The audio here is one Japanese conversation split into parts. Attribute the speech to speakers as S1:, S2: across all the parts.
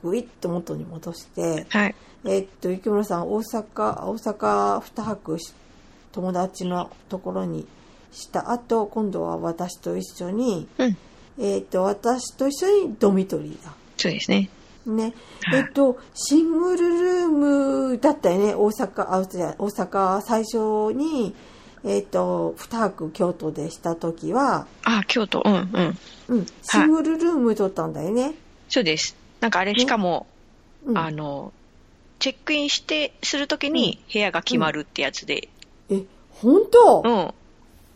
S1: ぐいっと元に戻して、
S2: はい。
S1: えっと、雪村さん、大阪、大阪2泊し友達のところにした後、今度は私と一緒に、
S2: うん。
S1: えっと、私と一緒にドミトリーだ。
S2: そうですね。
S1: ね。
S2: は
S1: え
S2: い
S1: っと、シングルルームだったよね。大阪、あ、じゃ大阪最初に、えっと、2泊京都でした時は、
S2: あ、京都。うんうん。
S1: うん、シングルルーム取ったんだよね。
S2: そうです。なんかあれ、しかも、
S1: うん、
S2: あの、チェックインして、するときに部屋が決まるってやつで。
S1: え、本当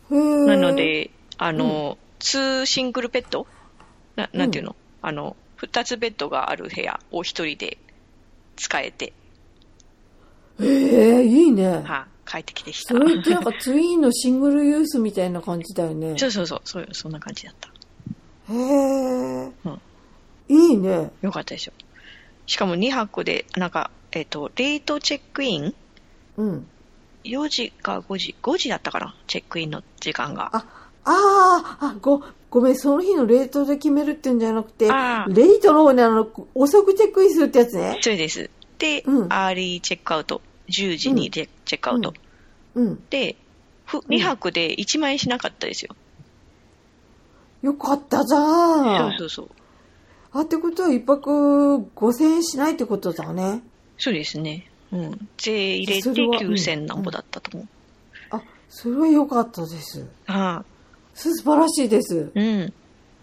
S2: うん。
S1: へ
S2: な
S1: え
S2: ので、あの、ツーシングルベッドななんていうの、あの、二つベッドがある部屋を一人で使えて、
S1: へえいいね。
S2: はい、帰ってきてした。
S1: それってなんかツインのシングルユースみたいな感じだよね。
S2: そうそうそう、そうそんな感じだった。
S1: へえ
S2: うん。
S1: いいね。
S2: よかったでしょ。しかも2泊で、なんか、えっ、と、レートチェックイン
S1: うん。
S2: 4時か5時、5時だったかな、チェックインの時間が。
S1: ああーあ、ご、ごめん、その日のレートで決めるっていうんじゃなくて、
S2: あー
S1: レイトの方にあの、遅くチェックインするってやつね。
S2: そうです。で、
S1: うん
S2: アーリーチェックアウト、10時にチェ,、チェックアウト。
S1: うんうん。
S2: で、
S1: ん
S2: 2泊で1万円しなかったですよ。
S1: よかったじゃ
S2: そうんそ。うそう。
S1: あ、ってことは一泊5000円しないってことだね。
S2: そうですね。うん。税入れて
S1: それはうん
S2: 9000なんぼだったと思う。
S1: あ、それは良かったです。
S2: ああ、
S1: す素晴らしいです。
S2: うん。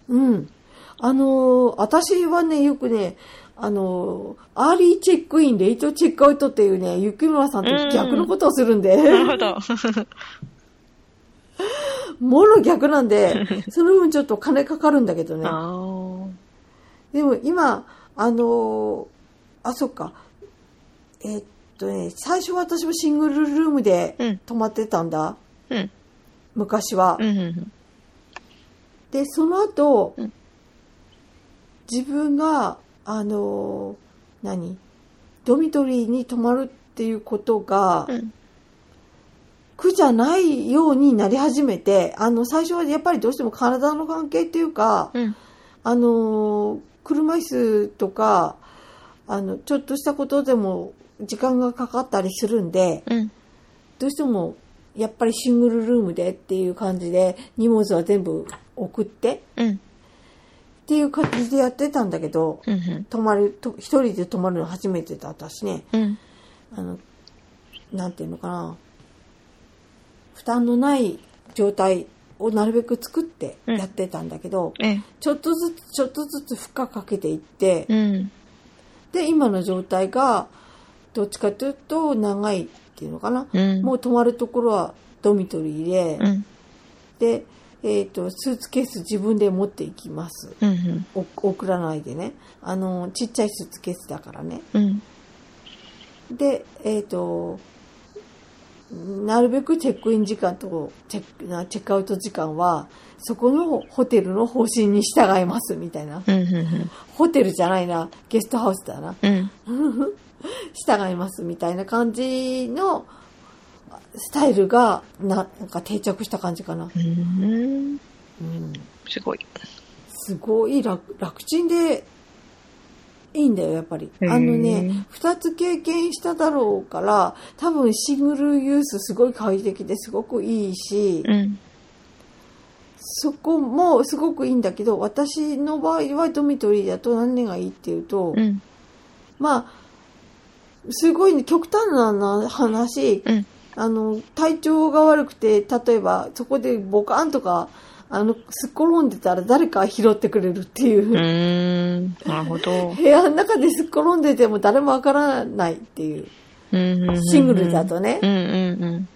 S1: うん。あのー私はね、よくね、あのーアーリーチェックイン、レイトチェックアウトっていうね、雪村さんと逆のことをするんで、
S2: なるほど。
S1: もろ逆なん で、その分ちょっと金かかるんだけどね。
S2: あ
S1: でも今、あのーあ、そっか。えっとね、最初私もシングルルームで
S2: うん
S1: 泊まってたんだ。
S2: あ。 うん。
S1: 昔は。
S2: うん。うん
S1: で、その後、
S2: うん
S1: 自分が、あのー何ドミトリーに泊まるっていうことが、
S2: うん。
S1: 苦じゃないようになり始めて、あの、最初はやっぱりどうしても体の関係っていうか、
S2: うん。
S1: あのー車椅子とか、あの、ちょっとしたことでも時間がかかったりするんで、
S2: うん。
S1: どうしても、やっぱりシングルルームでっていう感じで、荷物は全部送って、
S2: うん。
S1: っていう感じでやってたんだけど、
S2: うん。うん
S1: 泊まる、と一人で泊まるの初めてだったしね、
S2: うん。
S1: あの、なんていうのかな、負担のない状態をなるべく作ってやってたんだけど、
S2: ええ。
S1: ちょっとずつちょっとずつ負荷かけていって、
S2: うん。
S1: で、今の状態が、どっちかというと長いっていうのかな、
S2: うん。
S1: もう泊まるところはドミトリーで、
S2: うん。
S1: で、えっ、と、スーツケース自分で持っていきます。
S2: うん。うん。
S1: お送らないでねあのちっちゃいスーツケースだからね
S2: うん。
S1: でえっ、となるべくチェックイン時間とチェックなチェックアウト時間はそこのホテルの方針に従いますみたいな
S2: うん。うん。
S1: ホテルじゃないなゲストハウスだな
S2: うん。
S1: 従いますみたいな感じのスタイルがななんか定着した感じかな、
S2: うん。
S1: うん、
S2: すごい。
S1: すごい楽楽ちんでいいんだよやっぱりあ
S2: へー
S1: のね2つ経験しただろうから多分シングルユースすごい快適ですごくいいし、
S2: うん。
S1: そこもすごくいいんだけど私の場合はドミトリーだと何がいいっていうと、
S2: うん。
S1: まあすごい、ね、極端な話、
S2: うん
S1: あの体調が悪くて例えばそこでボカンとかあのすっ転んでたら誰か拾ってくれるっていう。
S2: うーん。なるほど。
S1: 部屋の中ですっ転んでても誰もわからないっていう。
S2: うん。
S1: シングルだとね
S2: う、ん。うん。うん。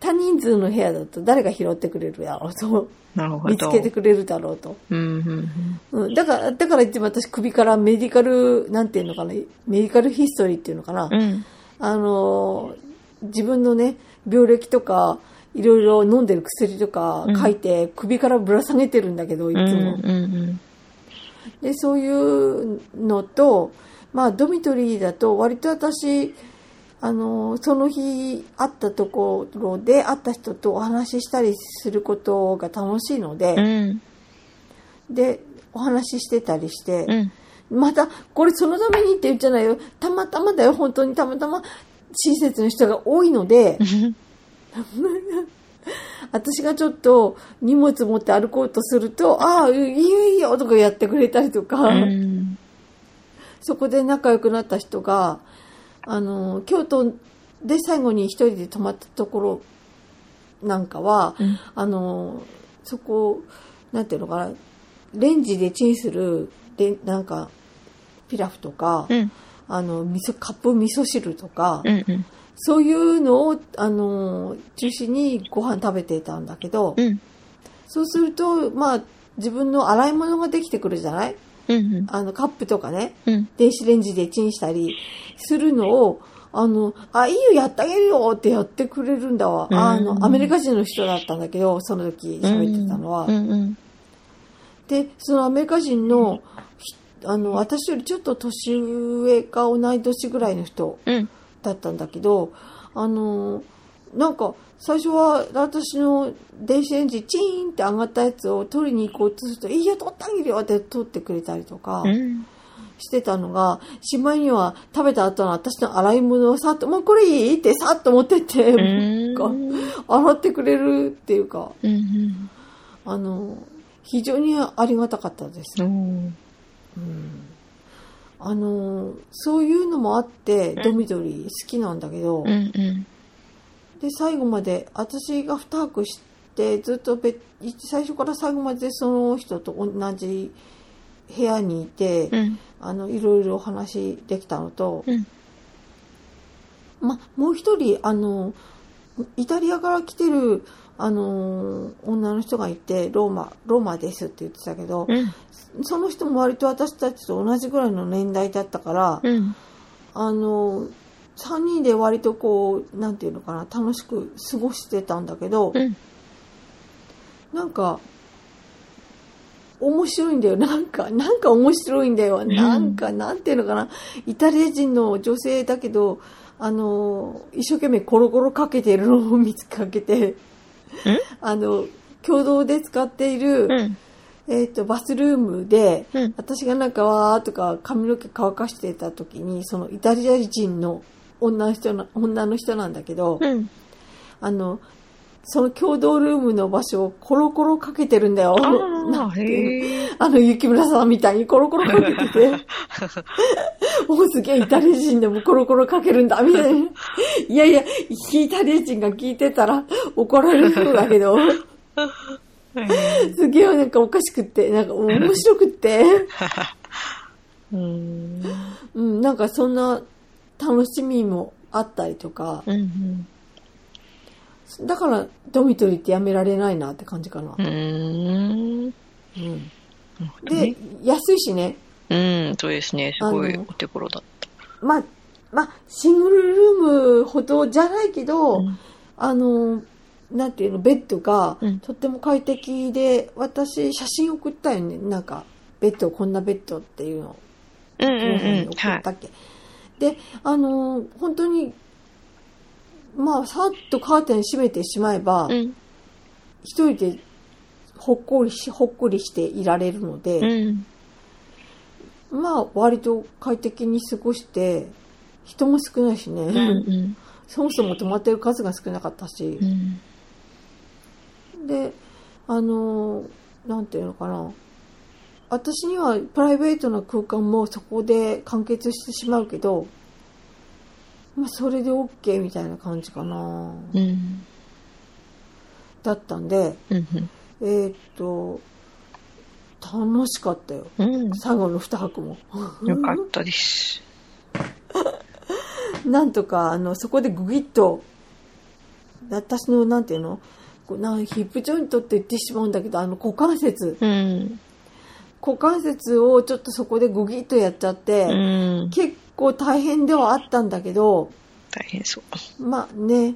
S1: 他人数の部屋だと誰が拾ってくれるやろうと、
S2: なるほど。
S1: 見つけてくれるだろうと。
S2: うん。うん。
S1: うん、だから、だから一番私首からメディカル、なんていうのかな、メディカルヒストリーっていうのかな、
S2: うん。
S1: あのー、自分のね、病歴とか、いろいろ飲んでる薬とか書いて、首からぶら下げてるんだけど、いつ
S2: う
S1: も。
S2: ん。うん。
S1: でそういうのと、まあ、ドミトリーだと割と私あのその日会ったところで会った人とお話ししたりすることが楽しいので
S2: う、ん。
S1: でお話ししてたりして、
S2: うん。
S1: また、これそのためにって言うんじゃないよ。たまたまだよ、本当にたまたま親切の人が多いの で、私がちょっと荷物持って歩こうとすると、ああ、いいよいいよとかやってくれたりとか、
S2: うん
S1: そこで仲良くなった人が、あの、京都で最後に一人で泊まったところなんかは、
S2: うん
S1: あの、そこ、なんていうのかな、レンジでチンする、でなんか、ピラフとか、
S2: うん
S1: あの、味噌、カップ味噌汁とか、
S2: うんうん
S1: そういうのを、あの、中心にご飯食べてたんだけど、
S2: うん
S1: そうすると、まあ、自分の洗い物ができてくるじゃない
S2: うん
S1: あの、カップとかね、
S2: うん
S1: 電子レンジでチンしたりするのを、あの、あ、いいよ、やってあげるよってやってくれるんだわ。
S2: うん
S1: あの、アメリカ人の人だったんだけど、その時喋ってたのは。
S2: うんうん
S1: で、そのアメリカ人の、ひあの、私よりちょっと年上か同い年ぐらいの人
S2: うん
S1: だったんだけど、あの、なんか、最初は私の電子レンジチーンって上がったやつを取りに行こうとすると、いいよ、取ってあげるよって取ってくれたりとか。
S2: うん
S1: してたのが、しまいには食べた後の私の洗い物をさっと、もうこれいいってさっと持ってって、
S2: うん
S1: か洗ってくれるっていうか、
S2: うん
S1: あの、非常にありがたかったです。
S2: うん
S1: うんあの、そういうのもあって、ドミドリー好きなんだけど、
S2: うんうん
S1: で、最後まで、私が二泊して、ずっと別、最初から最後までその人と同じ部屋にいて、
S2: うん
S1: あの、いろいろお話できたのと、
S2: うん
S1: ま、もう一人、あの、イタリアから来てる、あの、女の人がいて、ローマ、ローマですって言ってたけど、
S2: うん
S1: その人も割と私たちと同じぐらいの年代だったから、
S2: うん
S1: あの、三人で割とこう、なんていうのかな、楽しく過ごしてたんだけど、
S2: うん
S1: なんか、面白いんだよ。 なんか、なんか面白いんだよ。なんか、なんていうのかな。イタリア人の女性だけど、あの、一生懸命コロコロかけてるのを 見つかけて、あの、共同で使っている、
S2: うん
S1: えっ、と、バスルームで、
S2: うん
S1: 私がなんかわーとか髪の毛乾かしてた時に、そのイタリア人の女の人な、女の人なんだけど、
S2: うん
S1: あの、その共同ルームの場所をコロコロかけてるんだよ。な
S2: あ
S1: ん
S2: あ
S1: ていうの
S2: へえ
S1: あの、雪村さんみたいにコロコロかけてて、 もうすげえイタリア人でもコロコロかけるんだ、みたい な。いやいや、イタリア人が聞いてたら怒られそうだけど。すげえなんかおかしくって、なんか面白くって、
S2: うん
S1: うん、なんかそんな楽しみもあったりとか、
S2: うん
S1: だからドミトリーってやめられないなって感じかな
S2: う。ん
S1: うん、
S2: で
S1: で、安いしね、
S2: うんそうですねすごい
S1: あの
S2: お手頃だっ
S1: まあ、まあ、シングルルームほどじゃないけ
S2: た
S1: ど、あの、なんていうの、ベッドが
S2: うん
S1: とっても快適で、私写真送ったよね、なんか、ベッド、こんなベッドっていうのを
S2: うんうんうん
S1: 送
S2: は
S1: っ
S2: い
S1: たっけ、であのー本当にまあさっとカーテン閉めてしまえば、
S2: うん
S1: 一人でほっこりしほっこりしていられるの
S2: う
S1: で、
S2: ん
S1: まあ割と快適に過ごして人も少ないしね、
S2: うんうん
S1: そもそも泊まってる数が少なかったし
S2: う、ん
S1: であのーなんていうのかな私にはプライベートな空間もそこで完結してしまうけど、まあ、それで OK みたいな感じかな、
S2: うん
S1: だったんで
S2: うん
S1: えーっと楽しかったよ
S2: うん
S1: 最後の2泊も
S2: よかったです。
S1: なんとかあのそこでグギッと私のなんていうのこうなんヒップジョイントって言ってしまうんだけどあの股関節
S2: うん。
S1: 股関節をちょっとそこでグギッとやっちゃって、
S2: うん。
S1: 結構大変ではあったんだけど、
S2: 大変そう。
S1: まあね、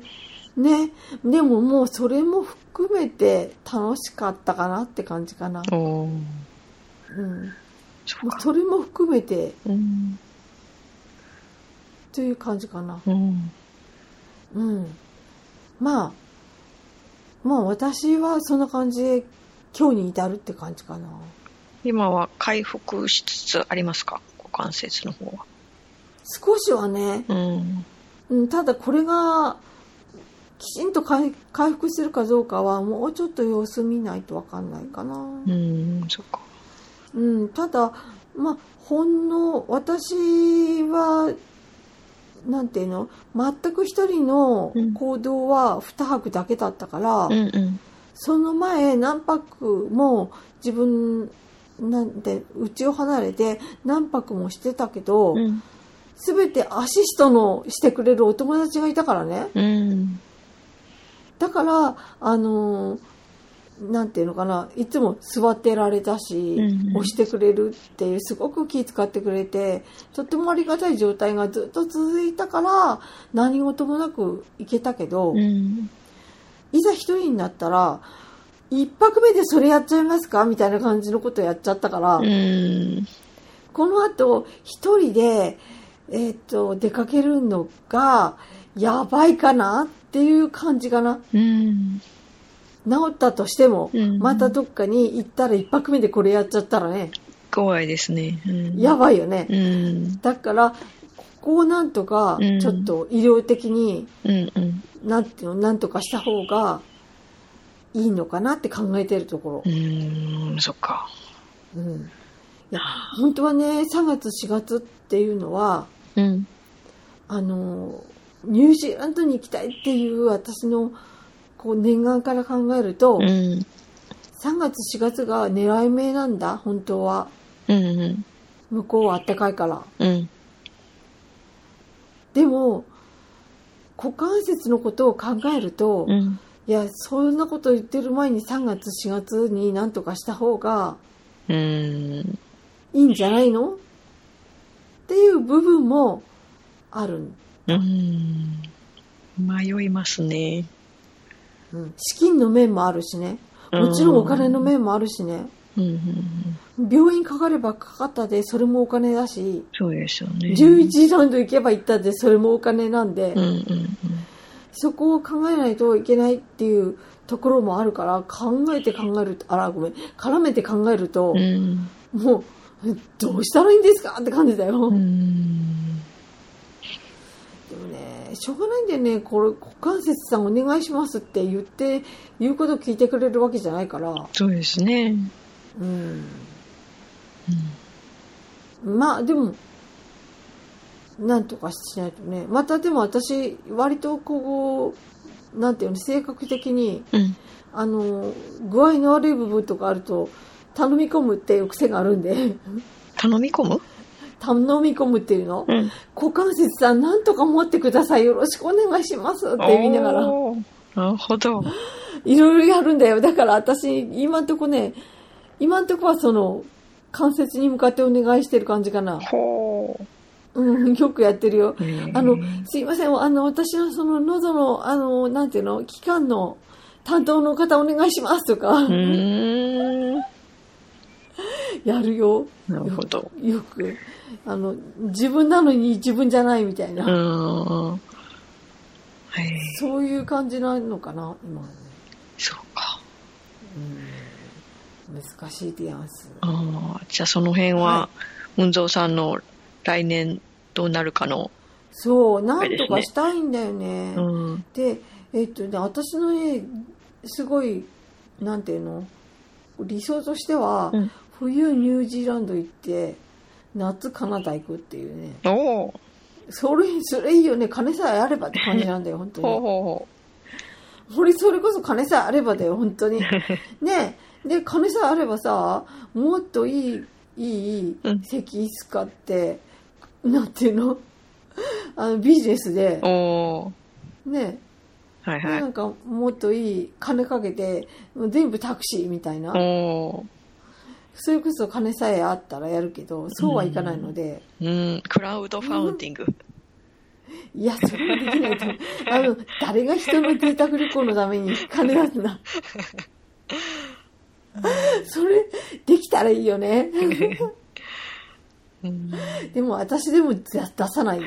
S1: ね、でももうそれも含めて楽しかったかなって感じかな。
S2: おー
S1: うん。
S2: そうか。
S1: それも含めて
S2: うん。
S1: という感じかな。
S2: うん。
S1: うん。まあ、まあ私はそんな感じで今日に至るって感じかな。
S2: 今は回復しつつありますか股関節の方は。
S1: 少しはね、
S2: うん。
S1: うん、ただこれがきちんと回回復するかどうかはもうちょっと様子見ないとわかんないかな、
S2: うん、そっか。
S1: うん、ただまあほんの私はなんていうの全く一人の
S2: うん
S1: 行動は2泊だけだったから、
S2: うんうん。
S1: その前何泊も自分なんてうちを離れて何泊もしてたけど、
S2: うん。
S1: 全てアシストのしてくれるお友達がいたからね
S2: うん。
S1: だからあのーなんていうのかないつも座ってられたし、
S2: うんうん
S1: 押してくれるっていうすごく気遣ってくれてとってもありがたい状態がずっと続いたから何事もなく行けたけど、
S2: うん。
S1: いざ一人になったら一泊目でそれやっちゃいますかみたいな感じのことやっちゃったから、
S2: うん。
S1: この後一人で、えーっと出かけるのがやばいかなっていう感じかな。
S2: うん。
S1: 治ったとしても、
S2: うん
S1: またどっかに行ったら一泊目でこれやっちゃったらね、
S2: 怖いですね。うん。
S1: やばいよね。
S2: うん。
S1: だから、ここをなんとか
S2: う、ん
S1: ちょっと医療的に、
S2: うんうん。
S1: なんていうの、なんとかした方がいいのかなって考えてるとこ
S2: うーん、そっか。
S1: ろ。うん。いや、本当はね、3月4月っていうのは、
S2: うん。
S1: あの、ニュージーランドに行きたいっていう私の、こう、念願から考えると、
S2: うん。
S1: 3月4月が狙い目なんだ、本当は。
S2: うんうん。
S1: 向こうはあったかいから。
S2: うん。
S1: でも、股関節のことを考えると、
S2: う
S1: い
S2: ん。
S1: や、そんなこと言ってる前に3月、4月に何とかした方が
S2: うん。
S1: いいんじゃないのっていう部分もある。
S2: うん。迷いますね。
S1: うん、資金の面もあるしね。もちろんお金の面もあるしね。
S2: うんうんうん。
S1: 病院かかればかかったで、それもお金だし、
S2: そうですよね。
S1: 11時ラウンド行けば行ったで、それもお金なんで、
S2: うんうん
S1: そこを考えないといけないっていうところもあるから、考えて考えると、あら、ごめん、絡めて考えると
S2: うん。う、ん。
S1: もう、 どうしたらいいんですかって感じだよ。
S2: う
S1: でも
S2: ん。
S1: ね、しょうがないんだよね、これ、股関節さんお願いしますって言って、言うこと聞いてくれるわけじゃないから、
S2: そうですね。
S1: うん。まあ、でも、なんとかしないとね。またでも私、割とこう、なんていうの、性格的に、
S2: うん。
S1: あの、具合の悪い部分とかあると、頼み込むっていう癖があるんで、
S2: 頼み込む
S1: 頼み込むっていうの
S2: うん。
S1: 股関節さん、なんとか持ってください。よろしくお願いします。って言いながら、
S2: おー。なるほど。
S1: いろいろやるんだよ。だから私、今んとこね、今んとこはその、関節に向かってお願いしてる感じかな。
S2: ほ
S1: うん、よくやってるよ。
S2: う。
S1: あの、すいません、あの、私のその喉の、あの、なんていうの、期間の担当の方お願いしますとか、
S2: うーん。
S1: やるよ。
S2: なるほど。
S1: よく。あの、自分なのに自分じゃないみたいうな。
S2: ん。はい。
S1: そういう感じなのかな、今はね。
S2: そうか。
S1: 難しいでやんす。
S2: ああ、じゃあその辺は
S1: は、
S2: 文蔵さんの来年どうなるかの、
S1: そう、な
S2: れ
S1: ん
S2: です
S1: と
S2: ね
S1: かしたいんだよね。
S2: うん、
S1: で、えっとね、私のね、すごい、なんていうの、理想としては、
S2: うん
S1: 冬ニュージーランド行って、夏カナダ行くっていうね。
S2: おお、
S1: それ、それいいよね。金さえあればって感じなんだよ、本当
S2: ほうほう
S1: に。
S2: ほ
S1: 俺、それこそ金さえあればだよ、本当 に。ねえ。で、金さえあればさ、もっといい、いい
S2: うん
S1: 席使って、なんていうの あの、ビジネスで
S2: う。、お
S1: ね
S2: お、はい
S1: え、
S2: はい
S1: な。んかもっといい金かけて、全部タクシーみたいな。
S2: おお、
S1: それこそ金さえあったらやるけど、そうはいかないので、
S2: うん、クラウドファウンディン グ。
S1: いや、それはできないと思う。あの、誰が人の住宅旅行のために金出すな。それ、できたらいいよね。
S2: うん、
S1: でも私でも出出さないよ。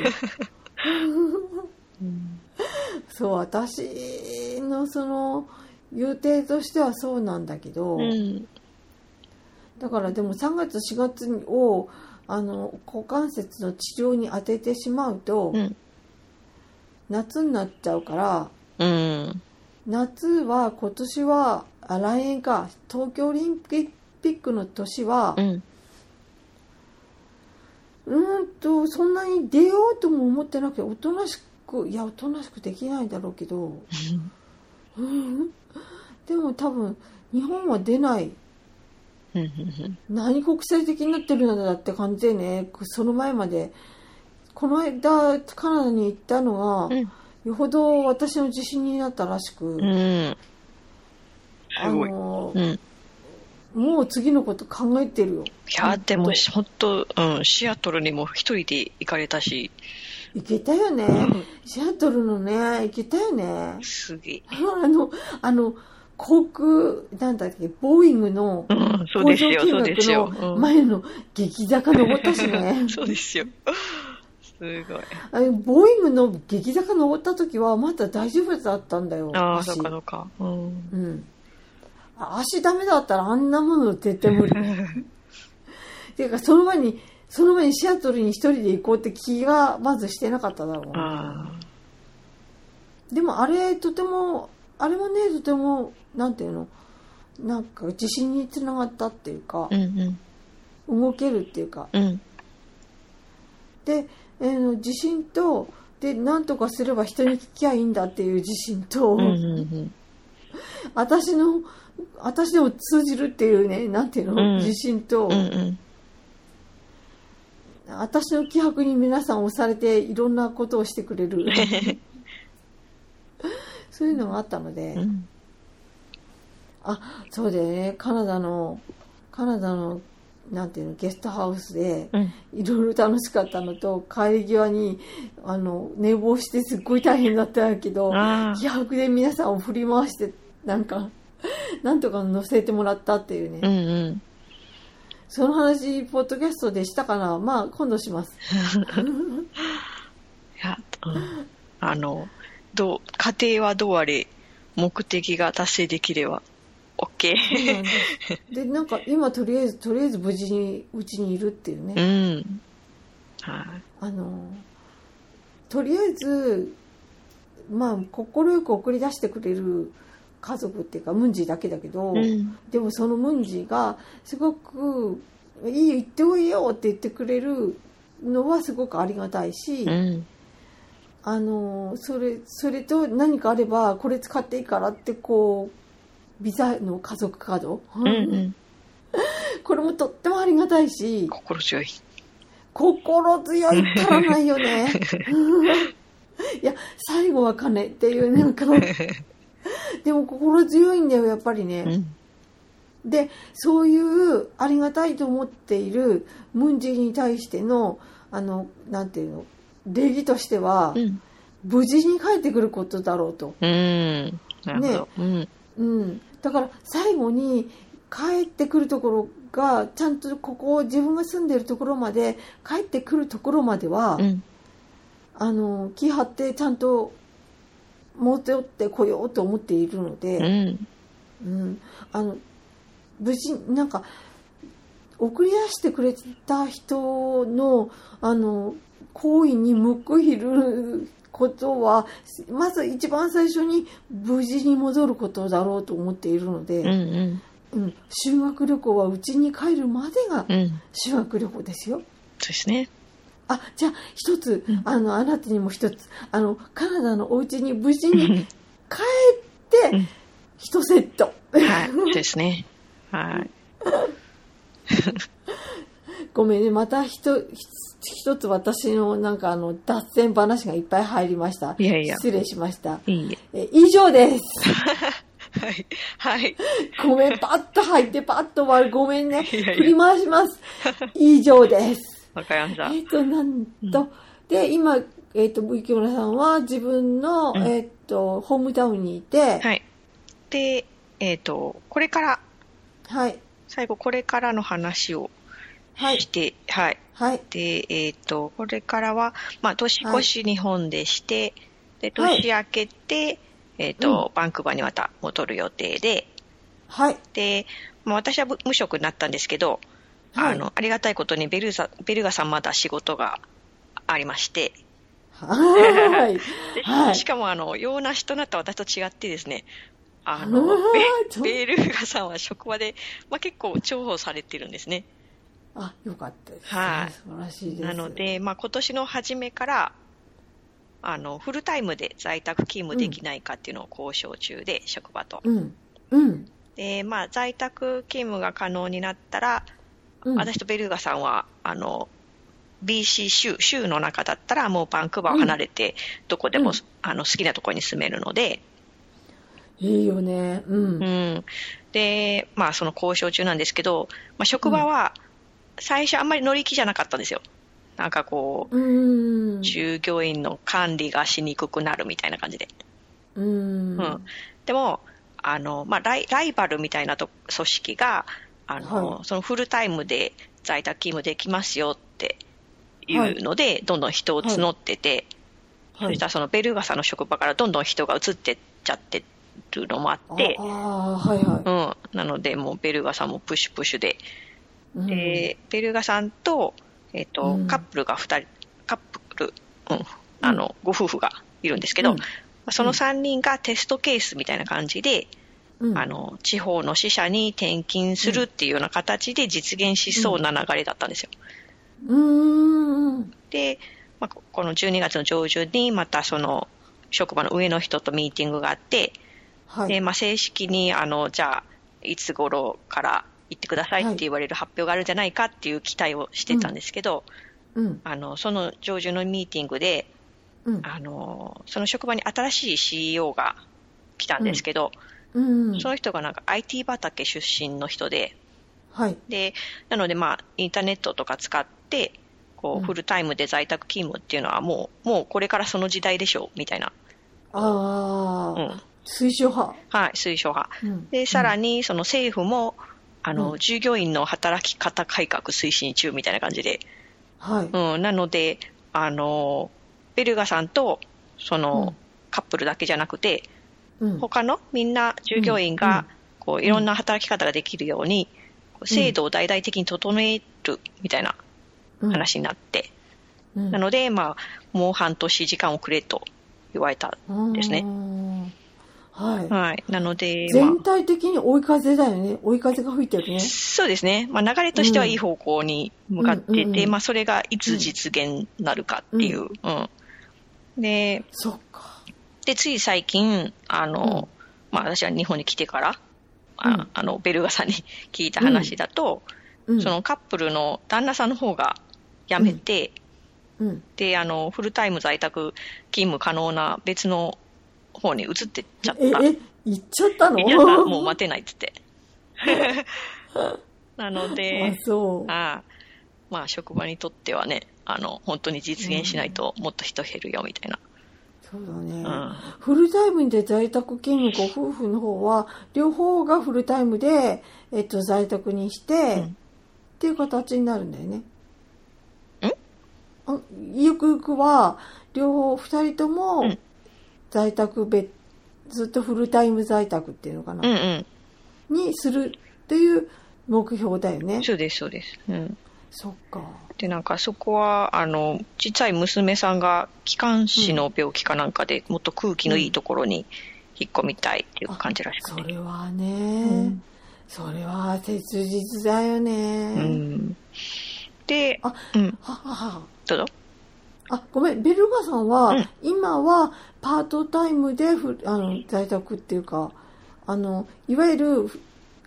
S1: そう、私のその、予定としてはそうなんだけど、
S2: うん、
S1: だからでも3月4月をあの股関節の治療に当ててしまうと、
S2: うん
S1: 夏になっちゃうから
S2: うん。
S1: 夏は今年はあ来年か東京オリンピックの年は
S2: う、ん。
S1: うーんとそんなに出ようとも思ってなくておとなしくいやおとなしくできないだろうけどうんでも多分日本は出ない
S2: うんうん
S1: 何国際的になってるんだって感じでねその前までこの間カナダに行ったの
S2: う
S1: が、
S2: ん
S1: よほど私の自信になったらしく、
S2: うん。
S1: あの
S2: うん。い
S1: もう次のこと考えてるよ
S2: や、でも、本当うん、シアトルにも一人で行かれたし、
S1: 行けたよね、シアトルのね行けたよね
S2: すげえ。
S1: あの、あの、航空、なんだっけ、ボーイングの
S2: うん、そう
S1: 工
S2: で
S1: 場
S2: すよ、
S1: 見
S2: そうで
S1: 学
S2: すよ。
S1: の
S2: うん。
S1: 前の激坂登ったしね
S2: そうですよ。すごい。
S1: あれボーイングの激坂登った時はまだ大丈夫だったんだよ。
S2: ああ、
S1: 足
S2: そうかそうか。うん。
S1: うん。あ足ダメだったらあんなもの絶対無 理。ていうか、その前に、その前にシアトルに一人で行こうって気がまずしてなかっただろう
S2: ああ。
S1: でもあれとてもあれもねとてもなんていうのなんか自信につながったっていうか
S2: う、ん
S1: 動けるっていうか
S2: うん。うん。
S1: で、えーの自信とで何とかすれば人に聞きゃいいんだっていう自信と、
S2: うんうん
S1: 私の私でも通じるっていうねなんていうの、
S2: うん
S1: 自信と、
S2: うん。うんうん。
S1: 私の気迫に皆さん押されていろんなことをしてくれるそういうのがあったので。
S2: うん
S1: あそうだよねカナダのカナダのなんていうのゲストハウスで
S2: うん。
S1: いろいろ楽しかったのと帰り際にあの寝坊してすっごい大変だったけど
S2: あ
S1: 気迫で皆さんを振り回してなんか なんとか乗せてもらったっていうね、
S2: あ。うんうん。
S1: その話ポッドキャストでしたかなまあ今度し ます
S2: いや、うんあの、どう、家庭はどうあれ、目的が達成できれば、OK。
S1: そうなんですでなんか今とりあえずとりあえず無事にうちにいるっていうね、
S2: うん。はい。
S1: あのとりあえずまあ快く送り出してくれる家族っていうかムンジーだけだけど、
S2: うん。
S1: でもそのムンジーがすごく「いいよ行っておいよ」って言ってくれるのはすごくありがたいし、
S2: うん。
S1: あのそれそれと何かあればこれ使っていいからってこうビザの家族カード、
S2: うんうん。
S1: これもとってもありがたいし
S2: 心強い。
S1: 心強い足らないよ ね。いや、最後は金っていうね、なん か、でも心強いんだよ、やっぱり
S2: う
S1: ね。
S2: ん。
S1: で、そういうありがたいと思っているムンジーに対しての、あの、なんていうの、礼儀としては
S2: う、ん。
S1: 無事に帰ってくることだろうと。
S2: うん。なるほど。うん。
S1: うん。だから、最後に帰ってくるところが、ちゃんとここを自分が住んでるところまで、帰ってくるところまでは
S2: う、ん。
S1: あの気張ってちゃんと持って寄ってこようと思っているの
S2: う
S1: で、
S2: ん。
S1: うん、あの無事なんか送り出してくれた人のあの行為に報いることはまず一番最初に無事に戻ることだろうと思っているの
S2: うん。う
S1: で、
S2: ん。
S1: うん、修学旅行はうちに帰るまでが
S2: うん。
S1: 修学旅行ですよ。
S2: そうですね。
S1: あ、じゃあ、一つ
S2: うん、
S1: あの、あなたにも一つ、あの、カナダのお家に無事に帰っ
S2: う
S1: て
S2: ん、
S1: 一セット。
S2: はい。そうですね。はい。
S1: ごめんね、また一、一つ私のなんかあの、脱線話がいっぱい入りました。
S2: いやいや
S1: 失礼しました。
S2: いいえ。
S1: え、以上です。
S2: はい。はい。
S1: ごめん、パッと入って、パッと終わる。ごめんね。
S2: いやいや
S1: 振り回し ます。以上です。
S2: わかりました。
S1: えっ、と、なんと、で、今、えっ、と、浮村さんは自分の、
S2: うん
S1: えっ、と、ホームタウンにいて、
S2: はい。で、えっ、と、これから、
S1: はい、
S2: 最後、これからの話を
S1: はい
S2: し、て、はい。
S1: はい。
S2: で、えっ、と、これからは、まあ、年
S1: は
S2: 越
S1: い
S2: し日本でして、で、
S1: はい
S2: 年明けて、えっ、と、バンクーバーにまた戻る予定で、
S1: はい。
S2: で、まあ、私は無無職になったんですけど、
S1: はい
S2: あのありがたいことにベルザベルガさんまだ仕事がありまして、
S1: はい。
S2: で
S1: はい
S2: しかもあの用なしとなった私と違ってですねあ
S1: うわ
S2: の
S1: ーちょ
S2: ベベルガさんは職場で、まあ、結構重宝されてるんですね
S1: あ、よかったです。
S2: はい
S1: 素晴らしいです。
S2: なの、で、まあ、今年の初めからあのフルタイムで在宅勤務できないかっていうのを交渉中で、職場と
S1: うん。うん。
S2: で、まあ、在宅勤務が可能になったら、
S1: うん、
S2: 私とベルガさんはあの BC 州州の中だったらもうバンクーバーを離れて、どこでも、
S1: うん
S2: あの好きなところに住めるので、
S1: いいよね。うん。
S2: うん、で、まあ、その交渉中なんですけど、まあ、職場は最初あんまり乗り気じゃなかったんですよ。なんかこう、
S1: うん。
S2: 従業員の管理がしにくくなるみたいな感じで。
S1: うん。
S2: うんでも、あの、まあ、ライライバルみたいなと組織が、あの、
S1: は
S2: そのフルタイムで在宅勤務できますよっていうので、どんどん人を募ってて、
S1: はい
S2: そしたらそのベルガさんの職場からどんどん人が移ってっちゃってるのもあって、
S1: ああー、はいは
S2: うん。なので、もうベルガさんもプッシュプッシュで、
S1: い。うん
S2: で、ベルガさんと、えっ、と、
S1: うん
S2: カップルが2人、カップル、うん、あの、ご夫婦がいるんですけど、
S1: うん
S2: まあその3人がテストケースみたいな感じで、
S1: うん
S2: あの、地方の支社に転勤するっていうような形で実現しそうな流れだったんですよ。
S1: うん。うん。
S2: で、まあ、ここの12月の上旬にまたその、職場の上の人とミーティングがあって、
S1: はい。
S2: で、まあ、正式に、あの、じゃあ、いつ頃から行ってくださいって言われる発表があるんじゃないかっていう期待をしてたんですけど、
S1: うん。
S2: あの、その上旬のミーティングで、
S1: うん。
S2: あの、その職場に新しい CEO が来たんですけど、
S1: うん。
S2: その人がなんか IT 畑出身の人で、
S1: はい。
S2: で、なのでまあ、インターネットとか使って、こ
S1: うん
S2: う、フルタイムで在宅勤務っていうのはもう、もうこれからその時代でしょう、みたいな、
S1: あ
S2: う
S1: あ、
S2: ん、
S1: 推奨派。
S2: はい、推奨派。
S1: うん
S2: で、さらに、その政府も、あの、
S1: うん
S2: 従業員の働き方改革推進中みたいな感じで、
S1: はい。
S2: うん、なので、あの、ベルガさんと、その、カップルだけじゃなくて、
S1: うん。
S2: 他のみんな従業員
S1: うん
S2: が、こう、いろんな働き方ができるように、こう制度を大々的に整えるみたいな
S1: うん。
S2: 話になって、
S1: うん
S2: なので、まあ、もう半年時間をくれと言われた。ですね
S1: ね。は
S2: はい。なので
S1: い。、
S2: まあ
S1: 全体的に追い風だよね。追い風が吹いてるね。
S2: そうですね、まあ、流れとしてはいい方向に向かってて、
S1: うんうんうん
S2: まあ、それがいつ実現なるかっていう、うんで
S1: そっか。
S2: でつい最近、あのまあ、私は日本に来てから、あ
S1: うん
S2: あのベルガさんに聞いた話だと、
S1: うん
S2: そのカップルの旦那さんの方が辞めて、
S1: うん。
S2: であのフルタイム在宅勤務可能な別の方に移ってっちゃった。
S1: え、え、行っちゃったの
S2: いやもう待てないっつって。なの
S1: あ
S2: で、、
S1: そう。
S2: ああまあ職場にとってはねあの本当に実現しないともっと人減るよみたいな、
S1: そうだね。
S2: うん
S1: フルタイムで在宅勤務ご夫婦の方は、両方がフルタイムで、えっと、在宅にして、
S2: うん
S1: っていう形になるんだよね。んゆくゆくは、両方、二人とも
S2: うん、
S1: 在宅別、ずっとフルタイム在宅っていうのか
S2: うん
S1: な、
S2: うん
S1: にするっていう目標だよね。
S2: そうですそうです、うん、
S1: そっか。
S2: でなんかそこはあの小さい娘さんが気管支の病気かなんかで、もっと空気のいいところに引っ込みたいっていう感じらしく
S1: そ
S2: て、
S1: れはね、
S2: ん
S1: それは切実だよね。
S2: うん、で
S1: あ
S2: うん
S1: ははは。
S2: どうぞ
S1: あ、ごめん、ベルガさんは、
S2: うん
S1: 今はパートタイムでふあの在宅っていうか、あの、いわゆる、ふ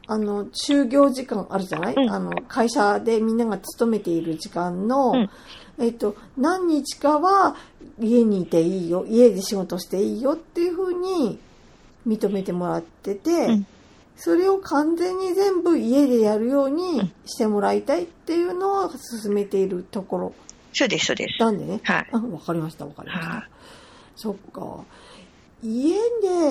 S1: あの、就業時間あるじゃない、
S2: うん
S1: あの、会社でみんなが勤めている時間の、
S2: うん
S1: えっと、何日かは家にいていいよ、家で仕事していいよっていうふうに認めてもらってて、
S2: うん
S1: それを完全に全部家でやるようにしてもらいたいっていうのを進めているところ
S2: そうですそうです
S1: なんでね。
S2: はい
S1: あ、わかりました、わかりました。
S2: は
S1: そっか。家で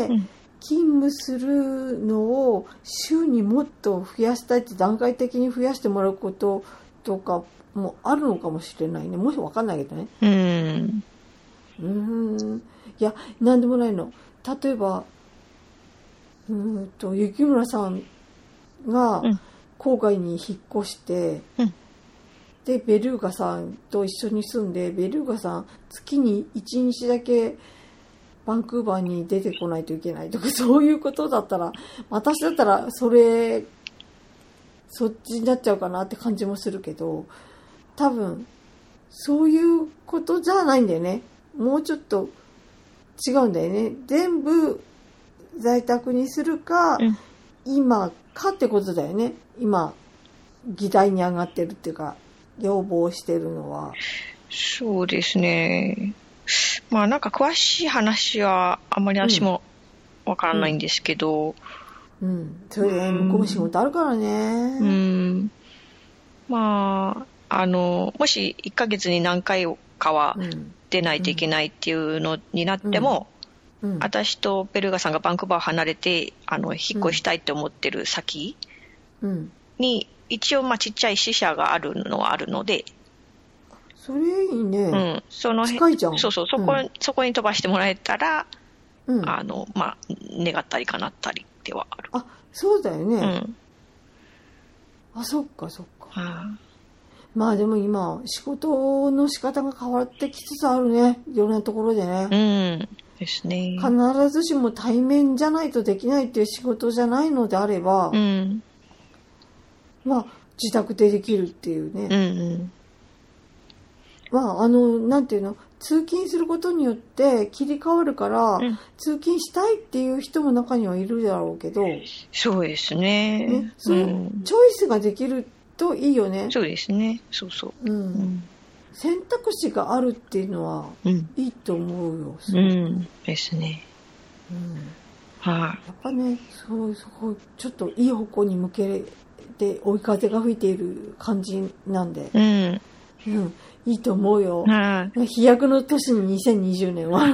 S2: うん
S1: 勤務するのを週にもっと増やしたいって段階的に増やしてもらうこととかもあるのかもしれないね。もしわかんないけどね。
S2: いうん
S1: うーん。いや、なんでもないの。例えば、うーんと、雪村さんが
S2: うん
S1: 郊外に引っ越して、
S2: うん
S1: でベルーガさんと一緒に住んでベルーガさん月に1日だけバンクーバーに出てこないといけないとか そういうことだったら私だったらそれそっちになっちゃうかなって感じもするけど多分そういうことじゃないんだよねもうちょっと違うんだよね全部在宅にするか、
S2: うん
S1: 今かってことだよね今議題に上がってるっていうか要望してるのは
S2: そうですね。まあなんか詳しい話はあまり私もわからないんですけど、
S1: うんそれで向こうも仕事あるから
S2: うん、
S1: ね
S2: まあ、あの、もし1ヶ月に何回かは
S1: うん
S2: 出ないといけないっていうのになっても、
S1: うん
S2: 私とベルガさんがバンクーバーを離れて、あの、引っ越したいと思ってる先
S1: うん
S2: に、一応まあちっちゃい支社があるのはあるので、
S1: それいいね、
S2: うん、その辺
S1: 近いじゃん
S2: そうそう、そこ、
S1: うん
S2: そこに飛ばしてもらえたら、
S1: うん
S2: あの、まあ、願ったりかなったりではある。
S1: あそうだよね、
S2: うん。
S1: あそっかそっか
S2: あ
S1: まあでも今仕事の仕方が変わってきつつあるねいろんなところでね、
S2: ーうん。ですね。
S1: 必ずしも対面じゃないとできないっていう仕事じゃないのであれば、
S2: うん。
S1: まあ自宅でできるっていうね、
S2: うんうん。
S1: まああのなんていうの通勤することによって切り替わるから、
S2: うん
S1: 通勤したいっていう人も中にはいるだろうけど、ね、
S2: そうですね。
S1: そう
S2: う。
S1: いうんチョイスができるといいよね、、
S2: そうですね。そうそうう。うんん。
S1: 選択肢があるっていうのは
S2: うん。
S1: いいと思うよ、
S2: うん。ですね。
S1: うん
S2: は
S1: やっぱねそうそこちょっといい方向に向けて追い風が吹いている感じなんで
S2: い。、うん。
S1: うん、いいと思うよ、
S2: はい。
S1: 飛躍の年に2020年は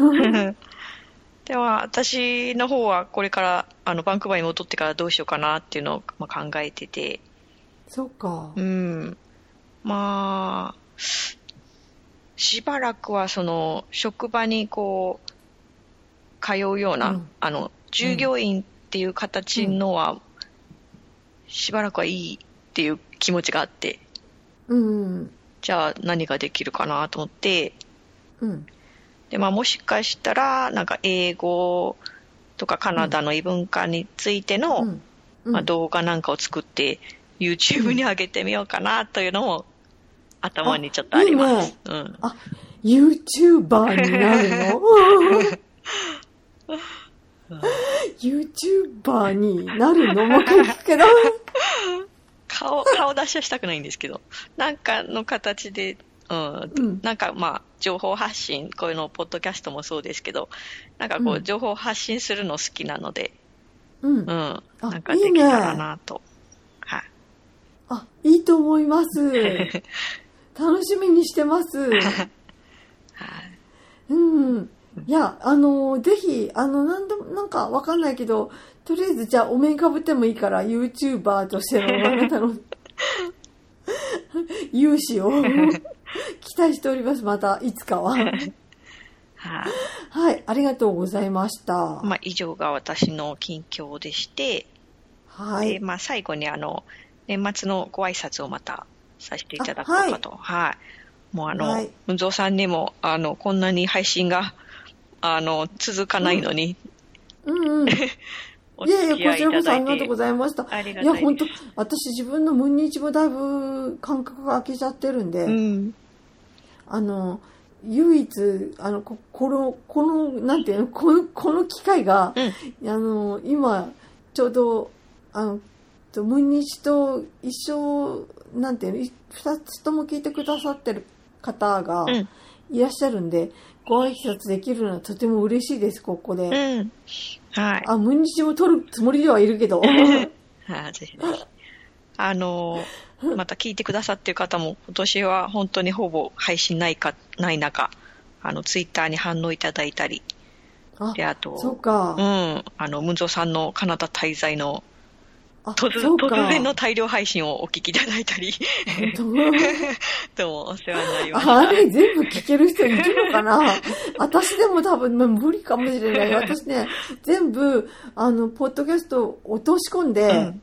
S2: では、私の方はこれから、あの、バンクーバーに戻ってからどうしようかなっていうのを、まあ、考えてて、
S1: そうか
S2: うん。まあ、しばらくはその、職場にこう、通うような、
S1: うん
S2: あの、従業員っていう形のは、しばらくはいいっていう気持ちがあって、
S1: うん
S2: じゃあ何ができるかなと思って、
S1: うん
S2: で、まあもしかしたら、なんか英語とかカナダの異文化についての、
S1: うんうん
S2: まあ、動画なんかを作って、YouTube に上げてみようかなというのも、頭にちょっとあります。うん。
S1: YouTuber になる の YouTuber になる のもう一回聞くけど
S2: 顔、顔出しはしたくないんですけど、なんかの形で、うん、
S1: うん
S2: なんかまあ、情報発信、こういうの、ポッドキャストもそうですけど、なんかこ
S1: う
S2: う、
S1: ん
S2: 情報発信するの好きなので、
S1: うん
S2: うん、なんか
S1: い
S2: で
S1: い
S2: き
S1: ね
S2: たらなと。はい。
S1: あいいと思います 楽しみにしてます
S2: はい。
S1: うん。いや、あのーぜひ、あの、なんでも、なんかわかんないけど、とりあえずじゃあお面かぶってもいいから、YouTuber としての、あなたの、 勇 姿を期待しております。また、いつかは。
S2: はい。
S1: はい、ありがとうございました。
S2: まあ、以上が私の近況でして、
S1: は
S2: で、
S1: い。
S2: まあ、最後にあの、年末のご挨拶をまたさせていただこうかと。はい、もうあの、
S1: はい
S2: 文蔵さんにも、あの、こんなに配信が、あの、続かないのに、
S1: うんうん。い
S2: お
S1: や
S2: 付
S1: い
S2: き合
S1: や、
S2: い
S1: こ
S2: い
S1: ちらこ
S2: た
S1: そあり
S2: だいて。
S1: がとうございました。
S2: ありが
S1: い
S2: たい
S1: や、
S2: です
S1: 本当私自分の無日もだいぶ間隔が空けちゃってるんで、
S2: うん。
S1: あの、唯一、あの、ここの、この、なんていうの、この、この機会が、あの、今、ちょうど、あの、と、ムンニチと一緒、なんていうのい、二つとも聞いてくださってる方が
S2: うん。
S1: いらっしゃるんで、ご挨拶できるのはとても嬉しいです、ここで。
S2: うん。はい。
S1: あ、ムンニチも取るつもりではいるけど。
S2: はい、ぜひぜひ。あの、また聞いてくださってる方も、今年は本当にほぼ配信ないか、ない中、あの、ツイッターに反応いただいたり、
S1: あ
S2: で、、あと、
S1: そうか。
S2: うん。あの、文蔵さんのカナダ滞在の
S1: あ、
S2: 突
S1: そうか。
S2: 突然の大量配信をお聞きいただいたり、 どうもお世話になりまし
S1: あれ全部聞ける人いるのか な私でも多分、まあ無理かもしれない。私ね、全部、あの、ポッドキャストを落とし込んで、
S2: た。うん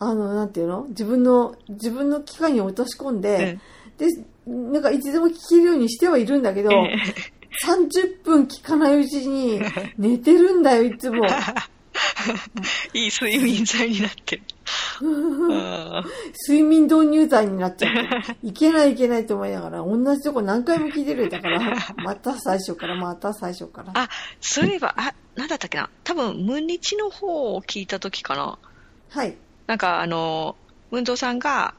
S1: あの、なんていうの自分の、自分の機械に落とし込んで、で、なんかいつでも聞けるようにしてはいるんだけど、
S2: え
S1: 30分聞かないうち に寝てるんだよ、いつも。
S2: え いい睡眠剤になって る。うん
S1: 睡眠導入剤になっちゃって、いけないいけないと思いながら、同じとこ何回も聞いてるよだから、また最初から、また最初から。
S2: あ、そういえば、あ、なんだったっけな。多分、ムンニチの方を聞いた時かな。
S1: はい。
S2: なんか、あの、文蔵さんが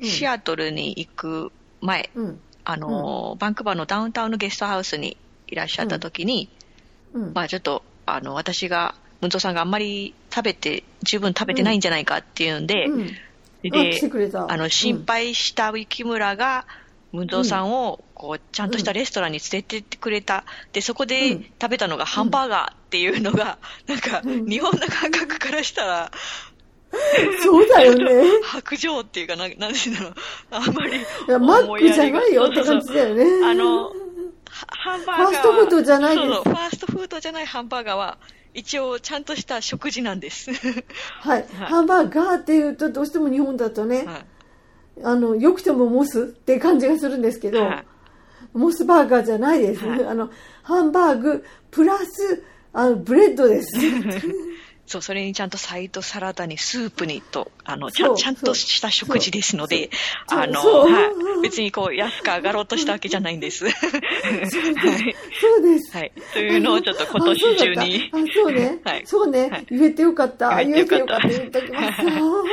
S1: うん
S2: シアトルに行く前、
S1: うん。
S2: あの、バンクーバーのダウンタウンのゲストハウスにいらっしゃった時に、
S1: うん。
S2: まあちょっと、あの、私が、文蔵さんがあんまり食べて、十分食べてないんじゃないかっていうんで、
S1: うん、あ来て
S2: で、
S1: くれた。
S2: あの、心配した雪村が、文蔵さんを、こう、ちゃんとしたレストランに連れてってくれた。で、そこで
S1: うん
S2: 食べたのがハンバーガーっていうのが、なんか、
S1: うん
S2: 日本の感覚からした
S1: うん
S2: ら、
S1: そうだよね。
S2: 白状っていうか、ななんていうの、あんまり
S1: い や、マックじゃないよって感じだよね。
S2: あの、はハンバーガー。
S1: ファーストフードじゃないです
S2: そうそうファーストフードじゃないハンバーガーは、一応ちゃんとした食事なんです。
S1: はい。ハンバーガーっていうと、どうしても日本だとね、あの、よくてもモスって感じがするんですけど、
S2: はい
S1: モスバーガーじゃないです。
S2: はい
S1: あの、ハンバーグ、プラス、あの、ブレッドです。
S2: そう、それにちゃんとサイドサラダにスープにと、あの、ちゃ
S1: そ
S2: ん
S1: う
S2: ちゃんとした食事ですので、
S1: そう
S2: あの、
S1: そう
S2: はい、別にこう、安く上がろうとしたわけじゃない んです。はい、
S1: そうです。
S2: はい。というのをちょっと今年中に
S1: あ、 そうだったあ
S2: はい
S1: そうね。そう
S2: は
S1: ね
S2: い。
S1: 言えてよかった。
S2: 言
S1: 言え
S2: え
S1: て
S2: て
S1: よ
S2: よ
S1: か
S2: か
S1: っ。
S2: ったた
S1: 言っときます。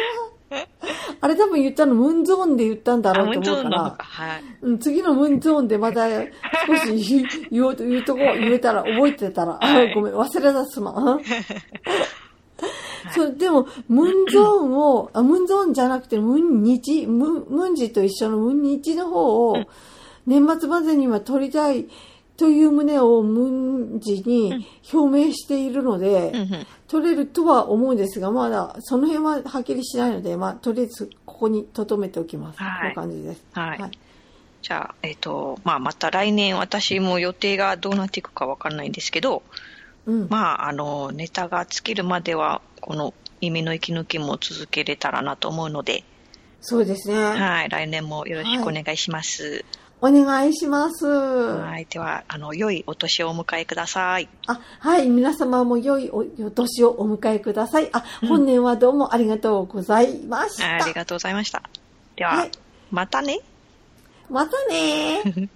S1: あれ多分言ったの、ムーンゾーンで言ったんだ
S2: あ、
S1: ろう
S2: も
S1: と
S2: うち
S1: 思
S2: ょ
S1: うか
S2: っとなの
S1: ら
S2: か、、はい。
S1: うん、次のムーンゾーンでまた少し言お うと、言うとこ、言えたら、覚えてたら、
S2: は
S1: あ
S2: い
S1: ごめん、忘れたす まん。そう、でも、ムーンゾーンを、あ、ムーンゾーンじゃなくて、ムーン日、ムーンムーンジと一緒のムーン日の方を、年末までには取りたいという旨をムーンジに表明しているので、
S2: うんうん
S1: 取れるとは思うんですが、まだその辺ははっきりしないので、まあ、とりあえずここに留めておきます。こう
S2: はい
S1: いう感じです。
S2: はいじゃあ、えっ、と、まあ、また来年私も予定がどうなっていくかわかんないんですけど、
S1: うん。
S2: まあ、あの、ネタが尽きるまでは、この耳の息抜きも続けれたらなと思うので、
S1: そうですね。
S2: はい、来年もよろしくお願いします。
S1: お願いします。
S2: はい、では、あの、良いお年をお迎えください。
S1: あ、はい。皆様も良いおお年をお迎えください。あ、本年はどうもありがとうございました。
S2: ありがとうございました。では、
S1: はい。
S2: またね。
S1: またねー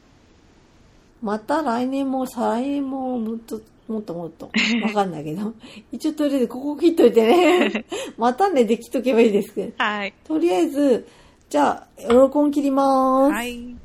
S1: また来年も再来年ももっともっともっと。わかんないけど。 一応とりあえずここ切っといて ね。またねで切っとけばいいですけど。
S2: はい。
S1: とりあえず、じゃあ、エロコン切りまーす。
S2: はい。